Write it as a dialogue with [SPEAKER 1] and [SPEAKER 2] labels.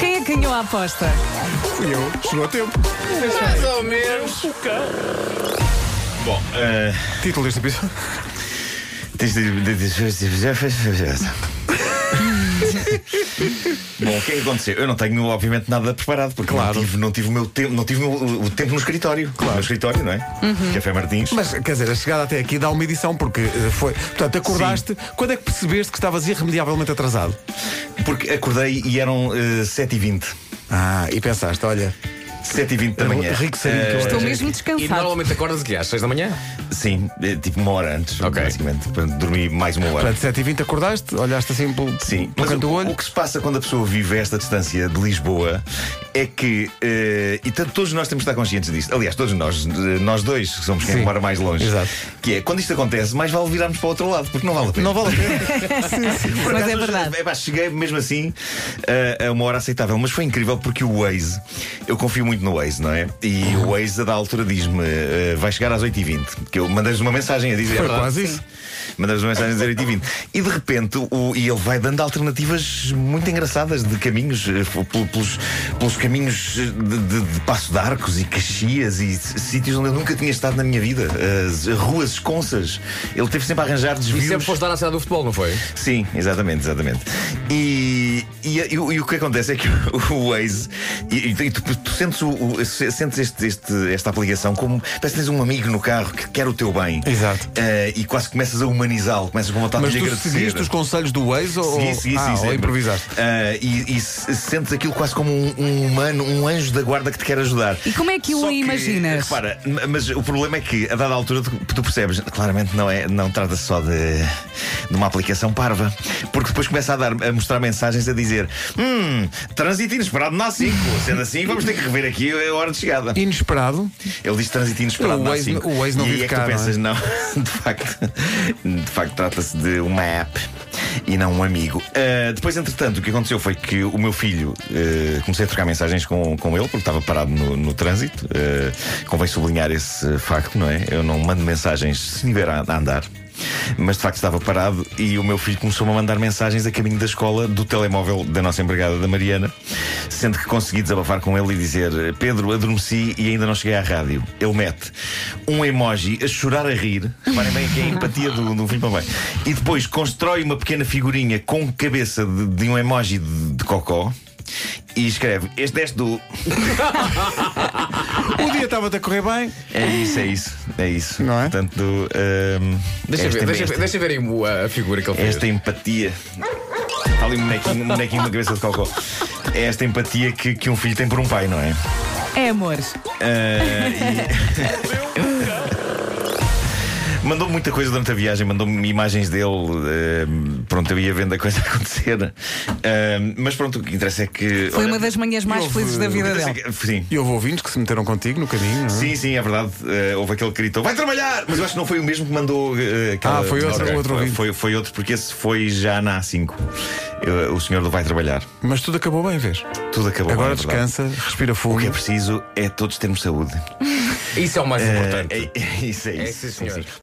[SPEAKER 1] Quem é que ganhou a aposta?
[SPEAKER 2] Fui eu. Chegou a tempo.
[SPEAKER 3] Mais ou menos.
[SPEAKER 4] Bom, eh,
[SPEAKER 2] Título deste episódio.
[SPEAKER 4] tens de- de- de- Bom, o que é que aconteceu? Eu não tenho, obviamente, nada preparado, porque
[SPEAKER 2] Claro.
[SPEAKER 4] não, tive, não tive o meu tempo, não tive o, o tempo no escritório. Claro. No escritório, não é?
[SPEAKER 2] Uhum.
[SPEAKER 4] Café Martins.
[SPEAKER 2] Mas, quer dizer, a chegada até aqui dá uma edição, porque eh, foi. Portanto, acordaste. Quando é que percebeste que estavas irremediavelmente atrasado?
[SPEAKER 4] Porque acordei e eram eh, 7h20.
[SPEAKER 2] Ah, e pensaste, olha.
[SPEAKER 4] 7h20 da manhã.
[SPEAKER 2] rico sabido que eu
[SPEAKER 4] Eh,
[SPEAKER 2] era.
[SPEAKER 1] Estou mesmo
[SPEAKER 3] E
[SPEAKER 1] descansado.
[SPEAKER 3] normalmente acordas aqui às 6 da manhã?
[SPEAKER 4] Sim, eh, tipo uma hora antes,
[SPEAKER 3] Ok.
[SPEAKER 4] basicamente. Portanto, dormi mais uma hora.
[SPEAKER 2] Portanto, 7h20 acordaste, olhaste assim pelo,
[SPEAKER 4] Sim,
[SPEAKER 2] pelo
[SPEAKER 4] mas
[SPEAKER 2] canto do
[SPEAKER 4] o,
[SPEAKER 2] olho.
[SPEAKER 4] o que se passa quando a pessoa vive a esta distância de Lisboa é que, eh, e tanto todos nós temos de estar conscientes disto, aliás, todos nós, eh, nós dois, que somos quem
[SPEAKER 2] Sim.
[SPEAKER 4] mora mais longe,
[SPEAKER 2] Exato.
[SPEAKER 4] que é quando isto acontece, mais vale virarmos para o outro lado, porque não vale a pena.
[SPEAKER 2] Não vale a pena.
[SPEAKER 4] Por
[SPEAKER 1] Mas
[SPEAKER 4] acaso,
[SPEAKER 1] é
[SPEAKER 4] hoje,
[SPEAKER 1] verdade.
[SPEAKER 4] eh, pá, cheguei mesmo assim eh, a uma hora aceitável, mas foi incrível porque o Waze, eu confio muito no Waze, não é? E o Waze, a da altura, diz-me: eh, vai chegar às 8h20. Que eu mandei-lhes uma mensagem a dizer.
[SPEAKER 2] Foi
[SPEAKER 4] "É verdade."
[SPEAKER 2] quase isso.
[SPEAKER 4] Mandas mensagem a dizer 8 e 20. E de repente, o, e ele vai dando alternativas muito engraçadas de caminhos, eh, f- pel- pelos, pelos caminhos eh, de, de, de Passo de Arcos e Caxias e s- sítios onde eu nunca tinha estado na minha vida. As ruas esconsas. Ele teve sempre a arranjar
[SPEAKER 3] E
[SPEAKER 2] é
[SPEAKER 4] desvios.
[SPEAKER 3] sempre foste dar à cidade do futebol, não foi?
[SPEAKER 4] Sim, exatamente, exatamente. E, e, e o- e o que acontece é que o, o Waze, e, e tu- e tu, tu sentes, o, o- se- sentes este- este- esta aplicação como parece que tens um amigo no carro que quer o teu bem.
[SPEAKER 2] Exato.
[SPEAKER 4] Eh, e quase começas a humanizá-lo, começas com vontade
[SPEAKER 2] Mas
[SPEAKER 4] de lhe
[SPEAKER 2] tu
[SPEAKER 4] agradecer.
[SPEAKER 2] seguiste os conselhos do Waze ou,
[SPEAKER 4] Segui, segui,
[SPEAKER 2] ah,
[SPEAKER 4] segui
[SPEAKER 2] ou
[SPEAKER 4] sempre.
[SPEAKER 2] improvisaste?
[SPEAKER 4] Eh, e, e se- sentes aquilo quase como um, um humano, um anjo da guarda que te quer ajudar.
[SPEAKER 1] E como é que o
[SPEAKER 4] Só
[SPEAKER 1] imaginas?
[SPEAKER 4] Repara, m- mas o problema é que a dada altura tu, tu percebes, claramente não, é, não trata-se só de, de uma aplicação parva, porque depois começa a, dar, a mostrar mensagens a dizer: Hum, trânsito inesperado na A5. Sendo assim, vamos ter que rever aqui a hora de chegada.
[SPEAKER 2] Inesperado.
[SPEAKER 4] Ele diz trânsito inesperado
[SPEAKER 2] O
[SPEAKER 4] na
[SPEAKER 2] Waze-
[SPEAKER 4] A5.
[SPEAKER 2] o Waze não
[SPEAKER 4] e aí
[SPEAKER 2] vive
[SPEAKER 4] é que
[SPEAKER 2] cá,
[SPEAKER 4] tu
[SPEAKER 2] não é?
[SPEAKER 4] pensas, não, de facto, de facto trata-se de uma app e não um amigo. Ah, depois, entretanto, o que aconteceu foi que o meu filho ah, comecei a trocar mensagens com, com ele, porque estava parado no, no trânsito. Ah, convém sublinhar esse facto, não é? Eu não mando mensagens se estiver a, a andar. Mas de facto estava parado e o meu filho começou-me a mandar mensagens a caminho da escola do telemóvel da nossa empregada da Mariana, sendo que consegui desabafar com ele e dizer: Pedro, adormeci e ainda não cheguei à rádio. Ele mete um emoji a chorar a rir, reparem bem que é a empatia do, do filho para bem, e depois constrói uma pequena figurinha com cabeça de, de um emoji de, de cocó. E escreve, este és do.
[SPEAKER 2] O dia estava-te a correr bem.
[SPEAKER 4] É isso, é isso, é isso.
[SPEAKER 2] Não é?
[SPEAKER 4] Portanto, hum,
[SPEAKER 3] Deixa
[SPEAKER 4] esta-
[SPEAKER 3] ver, deixa,
[SPEAKER 4] esta-
[SPEAKER 3] ver- deixa ver aí o- a figura que ele fez.
[SPEAKER 4] É Esta empatia. Está ali um bonequinho, um bonequinho na cabeça de cocó. É esta empatia que, que um filho tem por um pai, não é?
[SPEAKER 1] É amor.
[SPEAKER 4] Mandou-me muita coisa durante a viagem, mandou-me imagens dele. eh, pronto, eu ia vendo a coisa acontecer. Eh, mas pronto, o que interessa é que.
[SPEAKER 1] Foi
[SPEAKER 4] olha,
[SPEAKER 1] uma das manhãs mais
[SPEAKER 2] houve-
[SPEAKER 1] felizes da
[SPEAKER 4] o que
[SPEAKER 1] vida
[SPEAKER 4] interessa
[SPEAKER 1] dele.
[SPEAKER 4] é que- Sim.
[SPEAKER 2] E houve ouvintes que se meteram contigo no caminho, não é?
[SPEAKER 4] Sim, sim, é verdade. Eh, houve aquele que gritou: Vai trabalhar! Mas eu acho que não foi o mesmo que mandou. eh, aquela-
[SPEAKER 2] Ah, foi outro-
[SPEAKER 4] Ok.
[SPEAKER 2] outro ouvinte.
[SPEAKER 4] foi, foi outro, porque esse foi já na A5. Eh, o senhor do Vai Trabalhar.
[SPEAKER 2] Mas tudo acabou bem, vês?
[SPEAKER 4] Tudo acabou.
[SPEAKER 2] Agora
[SPEAKER 4] é verdade.
[SPEAKER 2] descansa, respira
[SPEAKER 4] O
[SPEAKER 2] fundo.
[SPEAKER 4] que é preciso é todos termos saúde.
[SPEAKER 3] Isso é o mais importante.
[SPEAKER 4] É, é- é isso, é
[SPEAKER 3] É
[SPEAKER 4] isso.
[SPEAKER 3] isso, senhor.